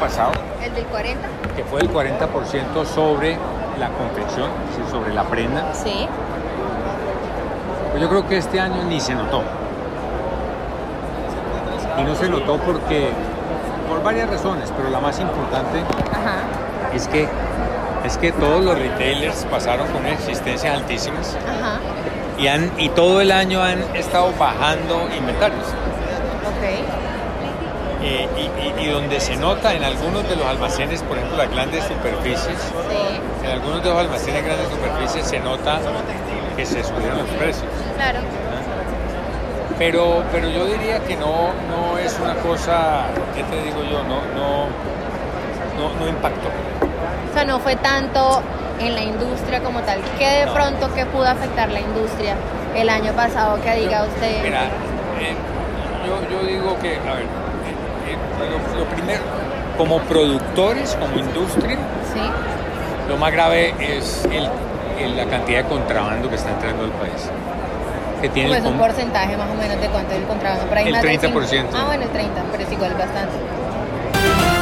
pasado, El del 40. que fue el 40% sobre la confección, es decir, sobre la prenda. Sí. Pues yo creo que este año ni se notó. Y no se notó porque, por varias razones, pero la más importante Ajá. es que, es que todos los retailers pasaron con existencias altísimas Ajá. y, han, y todo el año han estado bajando inventarios. Ok. Eh, y, y- y donde se nota en algunos de los almacenes, por ejemplo, las grandes superficies, Sí. en algunos de los almacenes de grandes superficies se nota que se subieron los precios. Claro. Pero, pero yo diría que no, no es una cosa, ¿qué te digo yo? No, no, no, no impactó. O sea, no fue tanto en la industria como tal. ¿Qué de No. pronto que pudo afectar la industria el año pasado que diga Yo- usted? Mira, eh, yo, yo digo que, a ver, eh, eh, lo, lo primero, como productores, como industria, Sí. lo más grave es el, el- la cantidad de contrabando que está entrando al país. Que tiene Pues el un com- porcentaje más o menos de cuánto es el contrabando. Por ahí El más de cinco- 30%. Ah, bueno, el 30, pero es igual bastante.